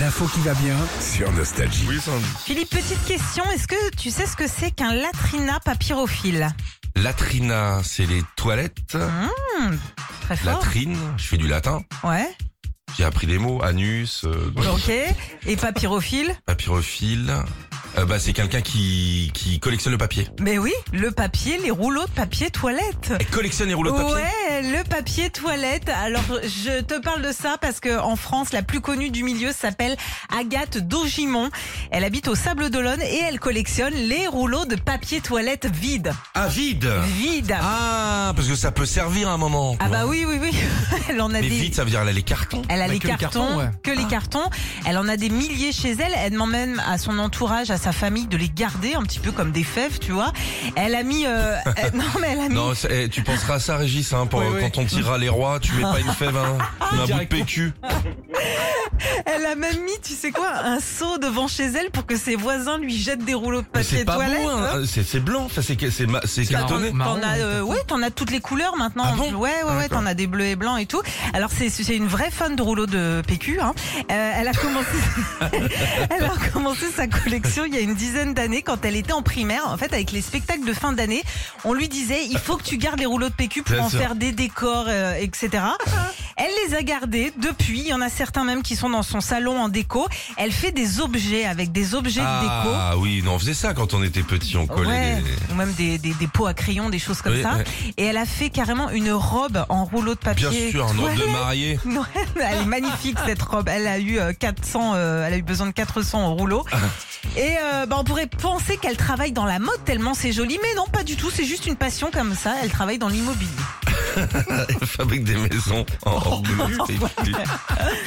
L'info qui va bien. sur Nostalgie. Oui, Sandy. Philippe, petite question. Est-ce que tu sais ce que c'est qu'un latrina papyrophile Latrina, c'est les toilettes. Très fort. Latrine, je fais du latin. Ouais. J'ai appris des mots. Anus, euh, Ok. Et papyrophile papyrophile. Euh, bah, c'est quelqu'un qui, qui collectionne le papier. Mais Ben oui, le papier, les rouleaux de papier toilette. Elle collectionne les rouleaux de papier. Ouais, le papier toilette. Alors, je te parle de ça parce que en France, la plus connue du milieu s'appelle Agathe Daugimont. Elle habite au Sable d'Olonne et elle collectionne les rouleaux de papier toilette vide. Ah, vide Vide. Ah, Ah, parce que ça peut servir à un moment. quoi. bah oui, oui, oui. Elle en a Mais des. vide, ça veut dire elle a les cartons. Elle a Bah, les que les cartons, cartons, ouais. que les cartons. Elle en a des milliers chez elle. Elle demande même à son entourage, à sa famille, de les garder un petit peu comme des fèves, tu vois. Elle a mis, euh, euh, non mais elle a mis. Non, c'est- eh, tu penseras à ça, Régis, hein, pour, Oui, oui. quand on tirera les rois, tu mets pas une fève, hein, mais un bout de Direct. PQ. Elle a même mis, tu sais quoi, un seau devant chez elle pour que ses voisins lui jettent des rouleaux de Mais papier c'est pas toilette. beau, hein. c'est c'est blanc, ça, c'est c'est ma- c'est Bah, cartonné. t'en- Marron, T'en as, ouais, euh, ouais, t'en as toutes les couleurs maintenant. Ah bon ouais, ouais, ouais, t'en as des bleus et blancs et tout. Alors c'est c'est une vraie fan de rouleaux de PQ. Hein. Euh, elle a commencé, elle a commencé sa collection il y a une dizaine d'années quand elle était en primaire. En fait, avec les spectacles de fin d'année, on lui disait il faut que tu gardes les rouleaux de PQ pour Bien en sûr. faire des décors, euh, etc. Elle les a gardés depuis. Il y en a certains même qui sont dans son salon en déco. Elle fait des objets avec des objets de déco. Ah oui, non, on faisait ça quand on était petit, on collait Ouais, les- ou même des, des, des pots à crayon, des choses comme Oui, ça. ouais. Et elle a fait carrément une robe en rouleau de papier. Bien sûr, un homme de Ouais. mariée. Ouais, elle est magnifique cette robe. Elle a eu euh, 400, euh, elle a eu besoin de 400 rouleaux. Ah. Et euh, bah, on pourrait penser qu'elle travaille dans la mode tellement c'est joli, mais non, pas du tout. C'est juste une passion comme ça. Elle travaille dans l'immobilier. Elle fabrique des maisons en Oh. en boulot, c'est écouté.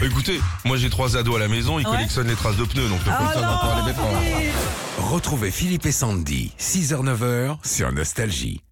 Écoutez, moi j'ai trois ados à la maison, ils Ouais. collectionnent les traces de pneus, donc le Ah ça on va pas les mettre en- non, Philippe Retrouvez Philippe et Sandy, 6h-9h sur Nostalgie.